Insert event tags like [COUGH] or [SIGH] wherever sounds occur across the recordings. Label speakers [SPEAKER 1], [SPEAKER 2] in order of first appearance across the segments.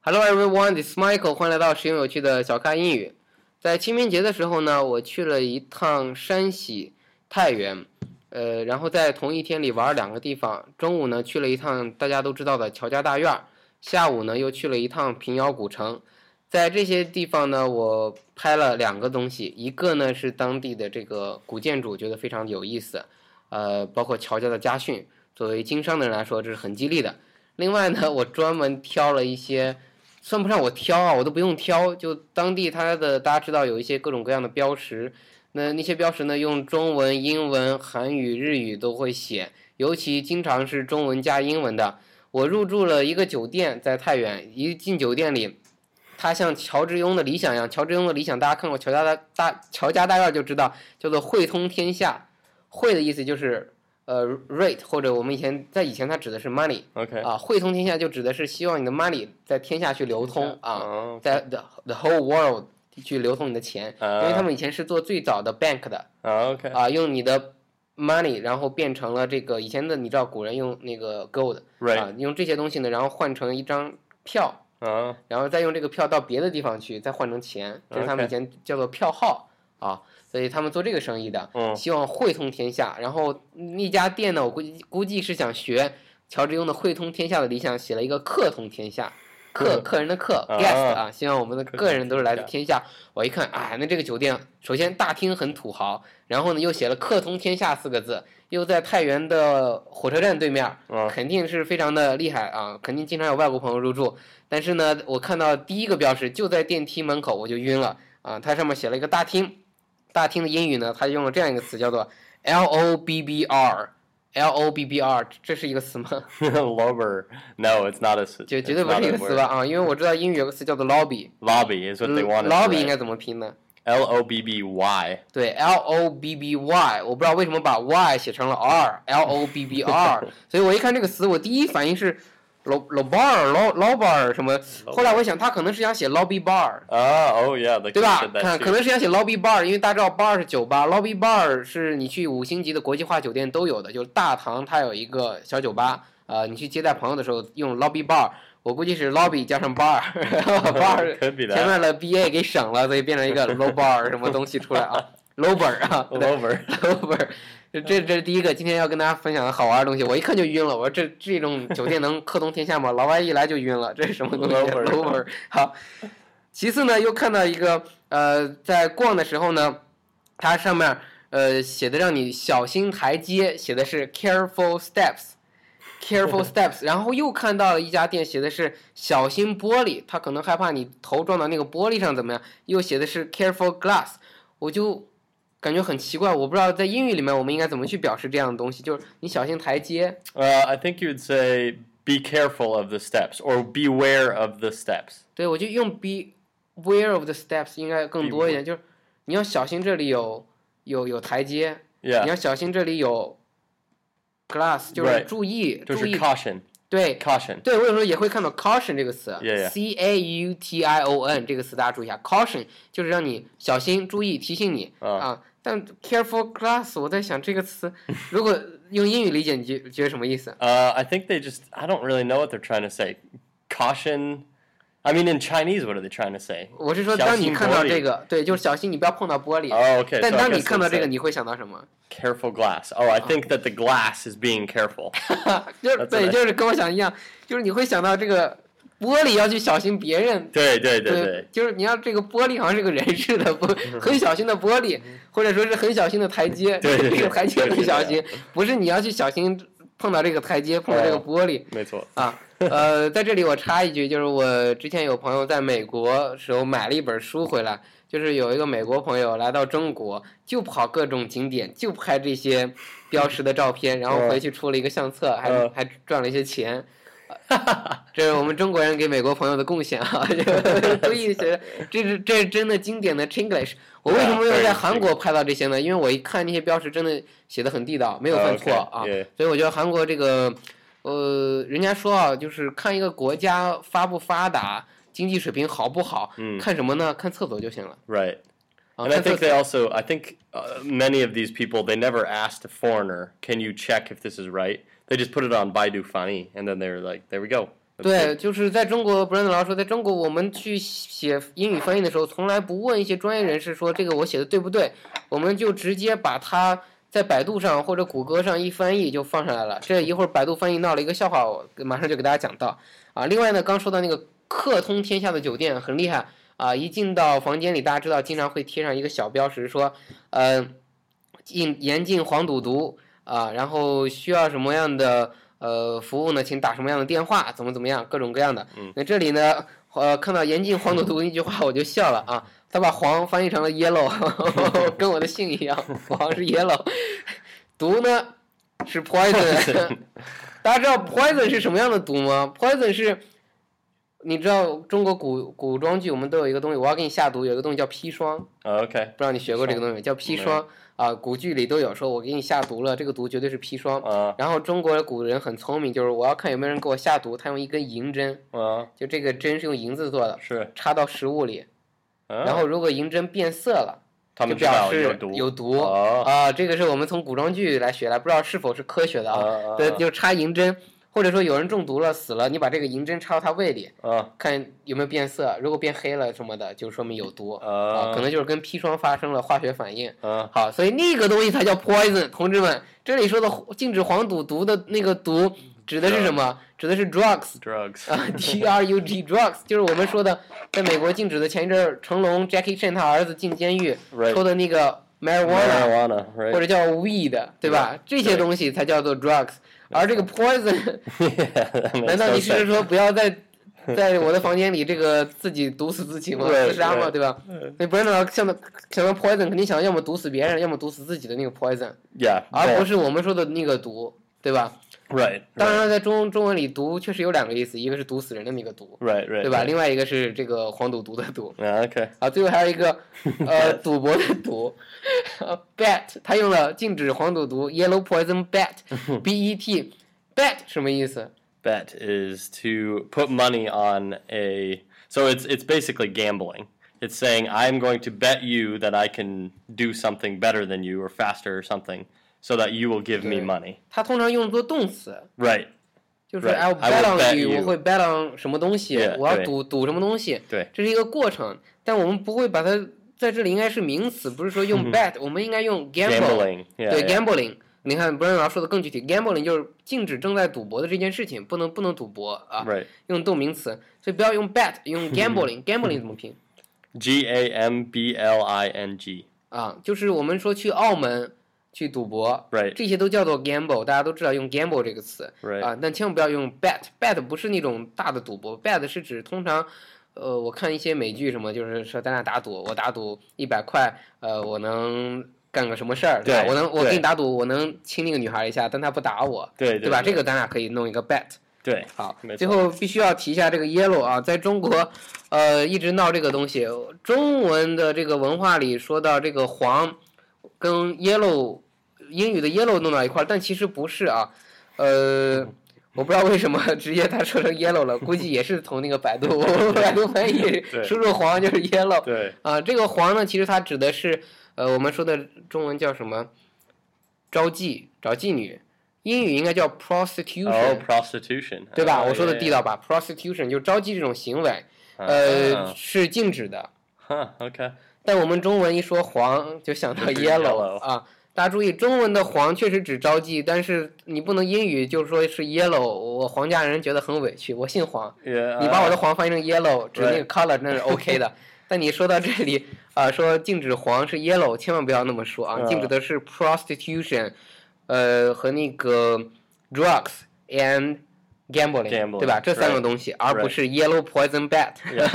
[SPEAKER 1] Hello everyone, this is Michael，欢迎来到实用有趣的小咖英语。在清明节的时候呢，我去了一趟山西太原，呃，然后在同一天里玩了两个地方。中午呢去了一趟大家都知道的乔家大院儿，下午呢又去了一趟平遥古城。在这些地方呢，我拍了两个东西，一个呢是当地的这个古建筑，觉得非常有意思，呃，包括乔家的家训，作为经商的人来说，这是很激励的。另外呢，我专门挑了一些，算不上我挑啊，我都不用挑，就当地它的大家知道有一些各种各样的标识，那那些标识呢，用中文、英文、韩语、日语都会写，尤其经常是中文加英文的。我入住了一个酒店，在太原，一进酒店里，它像乔致庸的理想一样，乔致庸的理想大家看过乔家大大乔家大院就知道，叫做汇通天下，汇的意思就是呃 rate 或者我们以前在以前它指的是 money。
[SPEAKER 2] [LAUGHS] OK，
[SPEAKER 1] 啊，汇通天下就指的是希望你的 money 在天下去流通啊，
[SPEAKER 2] 啊
[SPEAKER 1] 在 the the whole world 去流通你的钱，因为他
[SPEAKER 2] 啊
[SPEAKER 1] 们以前是做最早的 bank 的
[SPEAKER 2] 啊 OK，
[SPEAKER 1] 啊，用你的 money 然后变成了这个以前的你知道古人用那个 gold
[SPEAKER 2] right，
[SPEAKER 1] 啊，用这些东西呢，然后换成一张票，
[SPEAKER 2] 啊
[SPEAKER 1] 然后再用这个票到别的地方去再换成钱，这是他们以
[SPEAKER 2] OK
[SPEAKER 1] 前叫做票号啊，所以他们做这个生意的。
[SPEAKER 2] 嗯
[SPEAKER 1] 希望汇通天下。然后那家店呢，我估计估计是想学乔治庸的“汇通天下”的理想，写了一个“客通天下”，客客人的客
[SPEAKER 2] 啊
[SPEAKER 1] ，guest 啊，希望我们的
[SPEAKER 2] 客
[SPEAKER 1] 个人都是来自
[SPEAKER 2] 通
[SPEAKER 1] 天下。我一看，哎，那这个酒店首先大厅很土豪，然后呢又写了“客通天下”四个字，又在太原的火车站对面儿，
[SPEAKER 2] [LAUGHS] 啊
[SPEAKER 1] 肯定是非常的厉害啊，肯定经常有外国朋友入住。但是呢，我看到第一个标识就在电梯门口，我就晕了啊！它上面写了一个大厅，大厅的英语呢，它用了这样一个词叫做 L O B B R。L O B B R，这是一个词吗？ [LAUGHS]
[SPEAKER 2] ，lobber，no it's not a，
[SPEAKER 1] 绝
[SPEAKER 2] it's
[SPEAKER 1] 绝对不是
[SPEAKER 2] not
[SPEAKER 1] 一
[SPEAKER 2] a
[SPEAKER 1] 个词
[SPEAKER 2] word.
[SPEAKER 1] 吧？啊，因为我知道英语有个词叫做 lobby，lobby
[SPEAKER 2] Lobby is what they want. to
[SPEAKER 1] 应该怎么拼呢？
[SPEAKER 2] L O B B Y.
[SPEAKER 1] 对，L O B B Y，我不知道为什么把 Y 写成了 R，L O B B R，所以我一看这个词，我第一反应是 lo lo bar lo lo bar 什么，后来我想他可能是想写 lobby bar，
[SPEAKER 2] Ah, oh yeah, the
[SPEAKER 1] 对
[SPEAKER 2] kid
[SPEAKER 1] 吧
[SPEAKER 2] said？
[SPEAKER 1] 看
[SPEAKER 2] that
[SPEAKER 1] 可
[SPEAKER 2] too.
[SPEAKER 1] 能是想写 lobby bar，因为大家知道 bar 是酒吧，lobby bar 是你去五星级的国际化酒店都有的，就是大堂它有一个小酒吧，呃，你去接待朋友的时候用 lobby bar，我估计是 lobby 加上 bar，然 [LAUGHS] 后 bar
[SPEAKER 2] Could be
[SPEAKER 1] 前
[SPEAKER 2] that.
[SPEAKER 1] 面的 b a 给省了，所以变成一个 low bar 什么东西出来啊 [LAUGHS] ，low bar 啊
[SPEAKER 2] Lover.
[SPEAKER 1] low bar，这这是第一个，今天要跟大家分享的好玩的东西，我一看就晕了，我说这这种酒店能客通天下吗？老外一来就晕了，这是什么东西啊
[SPEAKER 2] Lover
[SPEAKER 1] ？lover 好，其次呢，又看到一个呃，在逛的时候呢，它上面呃写的让你小心台阶，写的是 careful steps。Careful steps，然后又看到了一家店，写的是小心玻璃，他可能害怕你头撞到那个玻璃上怎么样，又写的是 careful glass，我就感觉很奇怪，我不知道在英语里面我们应该怎么去表示这样的东西，就是你小心台阶
[SPEAKER 2] Uh, I think you would say be careful of the steps or beware of the steps.
[SPEAKER 1] 对，我就用 be aware of the steps 应该更多一点，就是你要小心这里有有有台阶，你
[SPEAKER 2] Yeah,
[SPEAKER 1] 要小心这里有 glass，就是
[SPEAKER 2] Right，
[SPEAKER 1] 注意
[SPEAKER 2] 就
[SPEAKER 1] 注
[SPEAKER 2] 是
[SPEAKER 1] 意，
[SPEAKER 2] caution,
[SPEAKER 1] 对
[SPEAKER 2] caution.
[SPEAKER 1] 对，我有时候也会看到 caution 这个词
[SPEAKER 2] Yeah，yeah
[SPEAKER 1] c a u t i o n 这个词大家注意一下，caution 就是让你小心、注意、提醒你
[SPEAKER 2] 啊
[SPEAKER 1] 啊。但 careful glass，我在想这个词如果用英语理解，你觉觉得什么意思？
[SPEAKER 2] Uh, I think they just. I don't really know what they're trying to say. Caution. I mean, in Chinese, what are they trying to say?
[SPEAKER 1] 我是说，
[SPEAKER 2] 小
[SPEAKER 1] 当你
[SPEAKER 2] 心
[SPEAKER 1] 看到
[SPEAKER 2] 玻璃
[SPEAKER 1] 这个，对，就是小心你不要碰到玻璃。
[SPEAKER 2] Oh, okay.
[SPEAKER 1] 但
[SPEAKER 2] so I
[SPEAKER 1] 当你
[SPEAKER 2] guess
[SPEAKER 1] 看到
[SPEAKER 2] it's
[SPEAKER 1] 这个，
[SPEAKER 2] a
[SPEAKER 1] 你会想到什
[SPEAKER 2] [LAUGHS]
[SPEAKER 1] 么？
[SPEAKER 2] careful glass. Oh, I think that the glass is being careful.
[SPEAKER 1] 就是
[SPEAKER 2] 那自
[SPEAKER 1] 对，
[SPEAKER 2] 然
[SPEAKER 1] 就是跟我想一样，就是你会想到这个玻璃要去小心别人。
[SPEAKER 2] 对对对对，嗯
[SPEAKER 1] 就是你要这个玻璃好像是个人似的，不很小心的玻璃，或者说是很小心的台阶，
[SPEAKER 2] 对对对
[SPEAKER 1] [LAUGHS] 这个台阶
[SPEAKER 2] 就是
[SPEAKER 1] 很
[SPEAKER 2] 这
[SPEAKER 1] 小
[SPEAKER 2] 样
[SPEAKER 1] 心，不是你要去小心碰到这个台阶，碰到这个
[SPEAKER 2] 哦
[SPEAKER 1] 玻璃。
[SPEAKER 2] 没错。
[SPEAKER 1] 啊，呃，在这里我插一句，就是我之前有朋友在美国时候买了一本书回来，就是有一个美国朋友来到中国，就跑各种景点，就拍这些标识的照片，然后回去出了一个相册，还、
[SPEAKER 2] 嗯
[SPEAKER 1] 还赚了一些钱。 [LAUGHS] 这是我们中国人给美国朋友的贡献啊！ [LAUGHS] 注意学，这是这是真的经典的 Chinglish。我为什么没有在
[SPEAKER 2] 对对
[SPEAKER 1] 韩国拍到这些呢？因为我一看那些标识，真的写的很地道，没有犯错啊。
[SPEAKER 2] Okay, yeah.
[SPEAKER 1] 所以我觉得韩国这个，呃，人家说啊，就是看一个国家发不发达，经济水平好不好，
[SPEAKER 2] 嗯
[SPEAKER 1] 看什么呢？看厕所就行了
[SPEAKER 2] Right.
[SPEAKER 1] 啊。
[SPEAKER 2] and I
[SPEAKER 1] 看
[SPEAKER 2] think
[SPEAKER 1] 厕
[SPEAKER 2] they
[SPEAKER 1] 所。
[SPEAKER 2] also, I think uh, many of these people, they never asked a foreigner, can you check if this is right? They just put it on Baidu Fani, and then they were like, there we go.
[SPEAKER 1] 对，就是在中国，布兰德劳说，在中国我们去写英语翻译的时候，从来不问一些专业人士说这个我写的对不对，我们就直接把它在百度上或者谷歌上一翻译就放上来了。这一会儿百度翻译闹了一个笑话，我马上就给大家讲到啊。另外呢，刚说到那个客通天下的酒店很厉害啊，一进到房间里，大家知道经常会贴上一个小标识说，呃，禁严禁黄赌毒啊，然后需要什么样的。呃，服务呢，请打什么样的电话，怎么怎么样，各种各样的。那这里呢，呃，看到严禁黄赌毒 [LAUGHS] 一句话，我就笑了啊。他把黄翻译成了 yellow，跟我的姓一样，黄是 yellow，毒呢是 poison。大家知 [LAUGHS] 道 poison 是什么样的毒吗？poison 是，你知道中国古古装剧我们都有一个东西，我要给你下毒，有一个东西叫砒霜，
[SPEAKER 2] Oh, Okay.
[SPEAKER 1] 不知道你学过这个东西没叫砒霜啊。古剧里都有说，我给你下毒了，这个毒绝对是砒霜。
[SPEAKER 2] Uh,
[SPEAKER 1] 然后中国的古人很聪明，就是我要看有没有人给我下毒，他用一根银针，
[SPEAKER 2] uh,
[SPEAKER 1] 就这个针是用银子做的，
[SPEAKER 2] 是。
[SPEAKER 1] 插到食物里，
[SPEAKER 2] Uh,
[SPEAKER 1] 然后如果银针变色了，
[SPEAKER 2] 嗯他
[SPEAKER 1] 就
[SPEAKER 2] 们知
[SPEAKER 1] 表
[SPEAKER 2] 道
[SPEAKER 1] 示
[SPEAKER 2] 毒。
[SPEAKER 1] 有毒
[SPEAKER 2] 哦
[SPEAKER 1] 啊。这个是我们从古装剧来学来，不知道是否是科学的啊。
[SPEAKER 2] 啊
[SPEAKER 1] 对，就插银针，或者说有人中毒了死了，你把这个银针插到他胃里，
[SPEAKER 2] 啊
[SPEAKER 1] 看有没有变色，如果变黑了什么的，就说明有
[SPEAKER 2] uh,
[SPEAKER 1] 毒啊，可
[SPEAKER 2] 啊
[SPEAKER 1] 能就是跟砒霜发生了化学反应。
[SPEAKER 2] 啊！
[SPEAKER 1] 好，所以那个东西才叫 poison，同志们，这里说的禁止黄赌毒的那个毒指的是啊什么？指的是 drugs [LAUGHS]
[SPEAKER 2] drugs
[SPEAKER 1] 啊，T R U G drugs，就是我们说的，在美国禁止的前一阵儿，成龙 Jackie Chan 他儿子进监狱
[SPEAKER 2] right
[SPEAKER 1] 抽的那个 marijuana，
[SPEAKER 2] marijuana
[SPEAKER 1] 或
[SPEAKER 2] right
[SPEAKER 1] 者叫 weed，对吧？这些东西才叫做 drugs，而这个 poison，
[SPEAKER 2] [LAUGHS] yeah that
[SPEAKER 1] [LAUGHS] 难
[SPEAKER 2] makes
[SPEAKER 1] 道
[SPEAKER 2] no
[SPEAKER 1] 你是
[SPEAKER 2] sense
[SPEAKER 1] 说不要 [LAUGHS] 在在我的房间里这个自己毒死自己吗？
[SPEAKER 2] 对
[SPEAKER 1] 自杀吗？
[SPEAKER 2] 对
[SPEAKER 1] 对吧？那 Brandon 想到想到 poison，肯定想要么毒死别人，要么毒死自己的那个 poison，
[SPEAKER 2] yeah
[SPEAKER 1] 而不
[SPEAKER 2] that-
[SPEAKER 1] 是我们说的那个毒，对吧？
[SPEAKER 2] right
[SPEAKER 1] 当
[SPEAKER 2] right
[SPEAKER 1] 然了，在中中文里，毒确实有两个意思，一个是毒死人的那个毒，
[SPEAKER 2] right right
[SPEAKER 1] 对吧？
[SPEAKER 2] right.
[SPEAKER 1] 另外一个是这个黄赌毒的毒
[SPEAKER 2] Yeah, okay
[SPEAKER 1] 啊，最后还有一个 [LAUGHS] 呃赌博的赌，bet，他用了禁止黄赌毒 yellow poison bet，b e t，bet 什么意思？
[SPEAKER 2] bet is to put money on a so it's it's basically gambling it's saying i'm going to bet you that i can do something better than you or faster or something so that you will give me
[SPEAKER 1] Right.
[SPEAKER 2] money
[SPEAKER 1] 它通常用作动词，
[SPEAKER 2] right
[SPEAKER 1] 就是
[SPEAKER 2] Right.
[SPEAKER 1] I'll bet
[SPEAKER 2] I will bet
[SPEAKER 1] on you，
[SPEAKER 2] you.
[SPEAKER 1] 我会 bet on 什么东西
[SPEAKER 2] Yeah，
[SPEAKER 1] 我要
[SPEAKER 2] 对
[SPEAKER 1] 赌赌什么东西，
[SPEAKER 2] 对
[SPEAKER 1] 这是一个过程，但我们不会把它在这里应该是名词，不是说用 bet，我们应该用 gamble，
[SPEAKER 2] 嗯 gambling yeah,
[SPEAKER 1] 对
[SPEAKER 2] yeah.
[SPEAKER 1] gambling。你看，布兰老师说的更具体，gambling 就是禁止正在赌博的这件事情，不能不能赌博啊，
[SPEAKER 2] right
[SPEAKER 1] 用动名词，所以不要用 bet，用
[SPEAKER 2] [LAUGHS]
[SPEAKER 1] gambling。gambling 怎么拼
[SPEAKER 2] g a m b l i n g
[SPEAKER 1] 啊？就是我们说去澳门去赌博，
[SPEAKER 2] right
[SPEAKER 1] 这些都叫做 gamble，大家都知道用 gamble 这个词。
[SPEAKER 2] right
[SPEAKER 1] 啊，但千万不要用 bet。bet 不是那种大的赌博，bet 是指通常，呃，我看一些美剧什么，就是说咱俩打赌，我打赌一百块，呃，我能干个什么事儿，吧？
[SPEAKER 2] 对
[SPEAKER 1] 我能，我跟你
[SPEAKER 2] 对
[SPEAKER 1] 打赌，我能亲那个女孩一下，但她不打我，
[SPEAKER 2] 对
[SPEAKER 1] 对吧？这个咱俩可以弄一个 bet。
[SPEAKER 2] 对
[SPEAKER 1] 好
[SPEAKER 2] 没，
[SPEAKER 1] 最
[SPEAKER 2] 错
[SPEAKER 1] 后必须要提一下这个 yellow 啊，在中国，呃，一直闹这个东西。中文的这个文化里说到这个黄跟 yellow，英语的 yellow 弄到一块儿，但其实不是啊。呃，我不知道为什么 [LAUGHS] 直接他说成 yellow 了，估计也是从那个百度百度翻译
[SPEAKER 2] 对
[SPEAKER 1] 输入黄就是 yellow
[SPEAKER 2] 对
[SPEAKER 1] 啊。这个黄呢，其实它指的是呃我们说的中文叫什么？招妓，找妓女。英语应该
[SPEAKER 2] 哦
[SPEAKER 1] 叫 prostitution。
[SPEAKER 2] oh prostitution
[SPEAKER 1] 对吧？
[SPEAKER 2] Oh,
[SPEAKER 1] 我说的
[SPEAKER 2] yeah,
[SPEAKER 1] 地道吧，prostitution 就招妓这种行为，
[SPEAKER 2] yeah.
[SPEAKER 1] 呃，
[SPEAKER 2] Ah,
[SPEAKER 1] 是禁止的。
[SPEAKER 2] huh, okay
[SPEAKER 1] 但我们中文一说黄，就想到
[SPEAKER 2] 就是
[SPEAKER 1] yellow
[SPEAKER 2] yellow
[SPEAKER 1] 啊。大家注意，中文的黄确实指招妓，但是你不能英语就说是 yellow，我黄家人觉得很委屈。我姓黄，
[SPEAKER 2] yeah
[SPEAKER 1] 你把
[SPEAKER 2] ah,
[SPEAKER 1] 我的黄翻译成 yellow，指那个 color 那是 OK
[SPEAKER 2] [LAUGHS]
[SPEAKER 1] 的。但你说到这里啊、说禁止黄是 yellow，千万不要那么说啊，
[SPEAKER 2] 嗯
[SPEAKER 1] 禁止的是 prostitution，呃和那个 drugs and gambling，,
[SPEAKER 2] Gambling，
[SPEAKER 1] 对吧？这三种
[SPEAKER 2] right，
[SPEAKER 1] 东西，而不是 yellow poison bet。
[SPEAKER 2] [LAUGHS] yeah,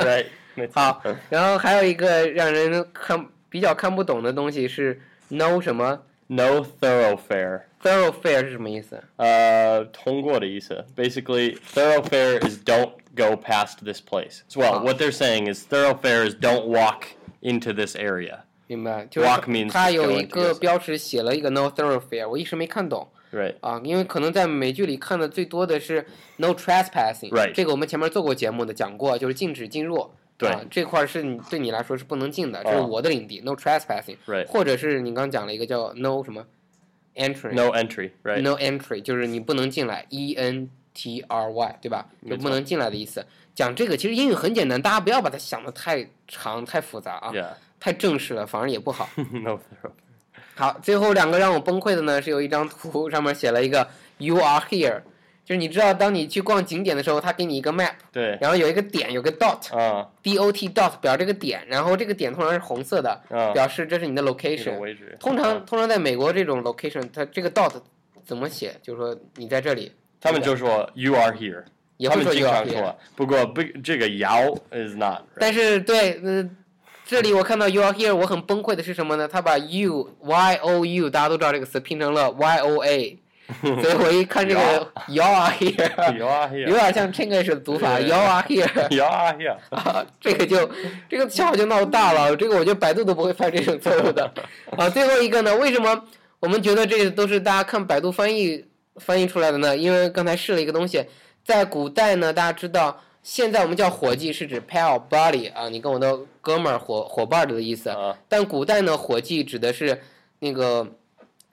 [SPEAKER 2] right 没错
[SPEAKER 1] 好， [LAUGHS] 然后还有一个让人看比较看不懂的东西是 no 什么
[SPEAKER 2] no thoroughfare
[SPEAKER 1] thoroughfare 是什么意思？
[SPEAKER 2] Uh, 通过的意思。Basically, thoroughfare is don't go past this place. So, well, what they're saying is thoroughfare is don't walk into this area.
[SPEAKER 1] 明白？就是它
[SPEAKER 2] Walk means
[SPEAKER 1] 它有
[SPEAKER 2] going
[SPEAKER 1] 一个
[SPEAKER 2] together
[SPEAKER 1] 标识写了一个 no thoroughfare，我一时没看懂。
[SPEAKER 2] Right.
[SPEAKER 1] 啊，因为可能在美剧里看的最多的是 no trespassing，、
[SPEAKER 2] Right
[SPEAKER 1] 这个我们前面做过节目的讲过，就是禁止进入。
[SPEAKER 2] 对
[SPEAKER 1] 啊、这块儿是你对你来说是不能进的，这是
[SPEAKER 2] 哦
[SPEAKER 1] 我的领地、n o trespassing。
[SPEAKER 2] Right
[SPEAKER 1] 或者是你刚讲了一个叫 no 什么 entry，no
[SPEAKER 2] No entry. Right.
[SPEAKER 1] entry，就是你不能进来，e n T R Y，对吧？就
[SPEAKER 2] 没
[SPEAKER 1] 不
[SPEAKER 2] 错
[SPEAKER 1] 能进来的意思。讲这个其实英语很简单，大家不要把它想的太长太复杂啊，
[SPEAKER 2] Yeah.
[SPEAKER 1] 太正式了反而也不好。
[SPEAKER 2] [LAUGHS] no. they're-
[SPEAKER 1] 好，最后两个让我崩溃的呢，是有一张图上面写了一个 “You are here”，就是你知道，当你去逛景点的时候，它给你一个 map，
[SPEAKER 2] 对。
[SPEAKER 1] 然后有一个点，有个 dot。
[SPEAKER 2] Uh,
[SPEAKER 1] D O T dot 表这个点，然后这个点通常是红色的，
[SPEAKER 2] 嗯
[SPEAKER 1] 表示这是你的
[SPEAKER 2] 这个
[SPEAKER 1] location。
[SPEAKER 2] 位置。
[SPEAKER 1] 通
[SPEAKER 2] 嗯
[SPEAKER 1] 常通常在美国这种 location，它这个 dot 怎么写？就是说你在这里，
[SPEAKER 2] 他们就说 “You are here”，
[SPEAKER 1] 也
[SPEAKER 2] 他
[SPEAKER 1] 会说
[SPEAKER 2] 们经
[SPEAKER 1] you are
[SPEAKER 2] 常
[SPEAKER 1] here。
[SPEAKER 2] 说。啊不过不，这个 “yao” is not。
[SPEAKER 1] 但是对，嗯、这里我看到 you are here，我很崩溃的是什么呢？他把 you y o u 大家都知道这个词拼成了 y o a，所以 [LAUGHS] 我一看这个 you are here，
[SPEAKER 2] [LAUGHS] You are
[SPEAKER 1] 有点
[SPEAKER 2] here.
[SPEAKER 1] 像 Chinglish 的读法
[SPEAKER 2] 啊对
[SPEAKER 1] ，you are here。
[SPEAKER 2] [LAUGHS] You are here.
[SPEAKER 1] 啊， [LAUGHS] 这个就这个笑话就闹大了，这个我觉得百度都不会犯这种错误的。啊，最后一个呢，为什么我们觉得这都是大家看百度翻译翻译出来的呢？因为刚才试了一个东西，在古代呢，大家知道，现在我们叫伙计是指 pal buddy 啊，你跟我的哥们儿伙伙伴儿的意思。
[SPEAKER 2] 啊
[SPEAKER 1] 但古代呢，伙计指的是那个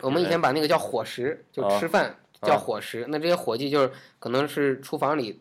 [SPEAKER 1] 我们以前把那个叫伙食，就
[SPEAKER 2] 啊
[SPEAKER 1] 吃饭、
[SPEAKER 2] 啊
[SPEAKER 1] 叫伙食。那这些伙计就是可能是厨房里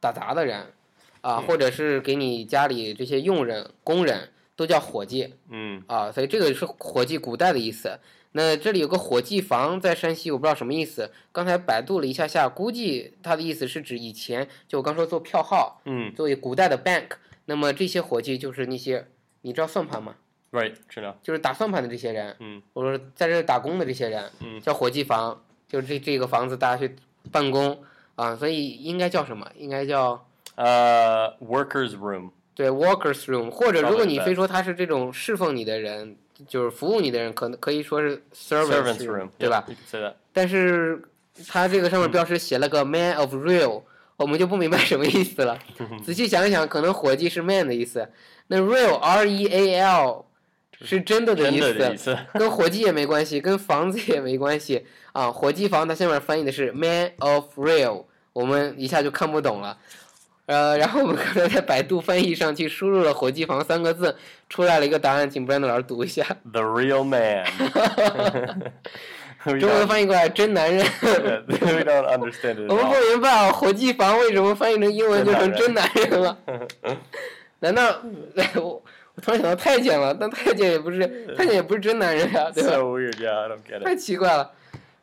[SPEAKER 1] 打杂的人啊，
[SPEAKER 2] 嗯
[SPEAKER 1] 或者是给你家里这些佣人、工人都叫伙计
[SPEAKER 2] 嗯，
[SPEAKER 1] 啊，所以这个是伙计古代的意思。那这里有个伙计房在山西，我不知道什么意思。刚才百度了一下下，估计它的意思是指以前就我刚说做票号，
[SPEAKER 2] 嗯
[SPEAKER 1] 作为古代的 bank，那么这些伙计就是那些你知道算盘吗？
[SPEAKER 2] ，right，知道。
[SPEAKER 1] 就是打算盘的这些人，
[SPEAKER 2] 嗯，
[SPEAKER 1] 我说在这打工的这些人，
[SPEAKER 2] 嗯
[SPEAKER 1] 叫伙计房，就是这这个房子大家去办公啊，所以应该叫什么？应该叫
[SPEAKER 2] 呃，workers Uh, room，
[SPEAKER 1] 对 workers room，或者
[SPEAKER 2] Servant
[SPEAKER 1] 如果你
[SPEAKER 2] bed
[SPEAKER 1] 非说他是这种侍奉你的人，就是服务你的人，可能可以说是 servants
[SPEAKER 2] servants room，
[SPEAKER 1] 对吧？
[SPEAKER 2] Yeah, 嗯 You can say that.
[SPEAKER 1] 但是他这个上面标识写了个 man of real，我们就不明白什么意思
[SPEAKER 2] [LAUGHS]
[SPEAKER 1] 了。仔细想一想，可能伙计是 man 的意思，那 real r e a l 是真的的
[SPEAKER 2] 嗯真
[SPEAKER 1] 意
[SPEAKER 2] 的
[SPEAKER 1] 思
[SPEAKER 2] 的意。思。
[SPEAKER 1] 跟伙计也没关系，跟房子也没关系啊。伙计房它下面翻译的是 man of real，我们一下就看不懂了。呃，然后我们刚才在百度翻译上去输入了“伙计房”三个字，出来了一个答案，请 b r a n d 老师读一下。
[SPEAKER 2] The real man. [LAUGHS] we,
[SPEAKER 1] 中文
[SPEAKER 2] don't,
[SPEAKER 1] 翻译过来，真男人。
[SPEAKER 2] [LAUGHS] we don't understand it
[SPEAKER 1] 我们
[SPEAKER 2] at
[SPEAKER 1] 不明白啊，伙计房为什么翻译成英文就成真男人了？
[SPEAKER 2] all.
[SPEAKER 1] 难道 [LAUGHS] 我我突然想到太监了？但太监也不是太监也不是真男人呀、对吧？
[SPEAKER 2] so weird. Yeah, I don't get it.
[SPEAKER 1] 太奇怪了。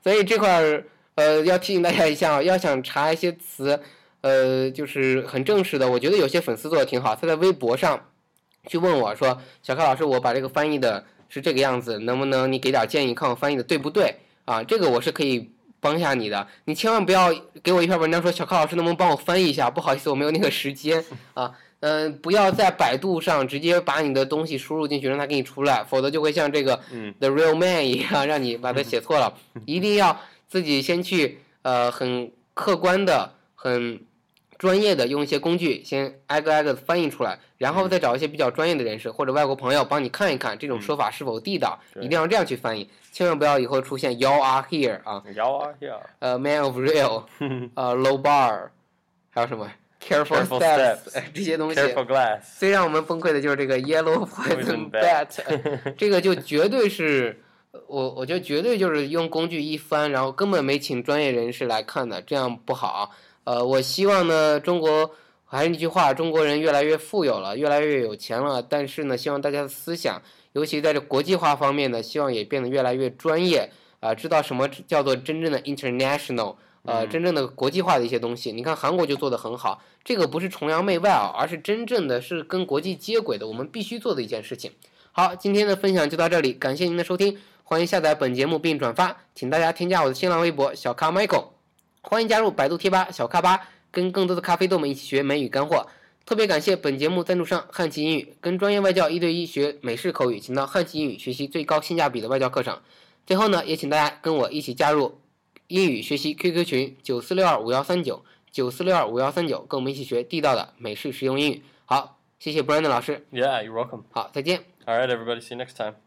[SPEAKER 1] 所以这块儿呃，要提醒大家一下啊，要想查一些词，呃，就是很正式的，我觉得有些粉丝做的挺好，他在微博上去问我说：“小开老师，我把这个翻译的是这个样子，能不能你给点建议，看我翻译的对不对？”啊，这个我是可以。帮一下你的，你千万不要给我一篇文章说小开老师能不能帮我翻译一下？不好意思，我没有那个时间啊。嗯、不要在百度上直接把你的东西输入进去，让它给你出来，否则就会像这个
[SPEAKER 2] 嗯
[SPEAKER 1] The Real Man 一样，让你把它写错了，一定要自己先去呃很客观的、很专业的用一些工具先挨个挨个地翻译出来，然
[SPEAKER 2] 嗯
[SPEAKER 1] 后再找一些比较专业的人士或者外国朋友帮你看一看这种说法是否地道，
[SPEAKER 2] 对
[SPEAKER 1] 一定要这样去翻译，千万不要以后出现 You are here 啊，
[SPEAKER 2] Y'all are here.
[SPEAKER 1] 呃 Man of Real，呃 Low Bar，还有什么 Careful
[SPEAKER 2] Careful
[SPEAKER 1] Steps
[SPEAKER 2] steps
[SPEAKER 1] 这些东西。
[SPEAKER 2] Careful glass.
[SPEAKER 1] 最让我们崩溃的就是这个 Yellow Poison
[SPEAKER 2] Poison
[SPEAKER 1] Bat，这
[SPEAKER 2] [LAUGHS]
[SPEAKER 1] 个就绝对是，呃我我觉得绝对就是用工具一翻，然后根本没请专业人士来看的，这样不好。呃，我希望呢，中国还是那句话，中国人越来越富有了，越来越有钱了，但是呢，希望大家的思想，尤其在这国际化方面呢，希望也变得越来越专业啊、知道什么叫做真正的 international。呃，
[SPEAKER 2] 嗯
[SPEAKER 1] 真正的国际化的一些东西，你看韩国就做得很好，这个不是崇洋媚外啊，而是真正的是跟国际接轨的，我们必须做的一件事情。好，今天的分享就到这里，感谢您的收听，欢迎下载本节目并转发，请大家添加我的新浪微博小咖 Michael，欢迎加入百度贴吧小咖吧，跟更多的咖啡豆们一起学美语干货。特别感谢本节目赞助商汉奇英语，跟专业外教一对一学美式口语，请到汉奇英语学习最高性价比的外教课程。最后呢，也请大家跟我一起加入英语学习 QQ 群九四六二五幺三九九四六二五幺三九，跟我们一起学地道的美式实用英语。好，谢谢 Brandon 老师，
[SPEAKER 2] Yeah, you're welcome.
[SPEAKER 1] 好，再见。
[SPEAKER 2] All right, everybody. See you next time.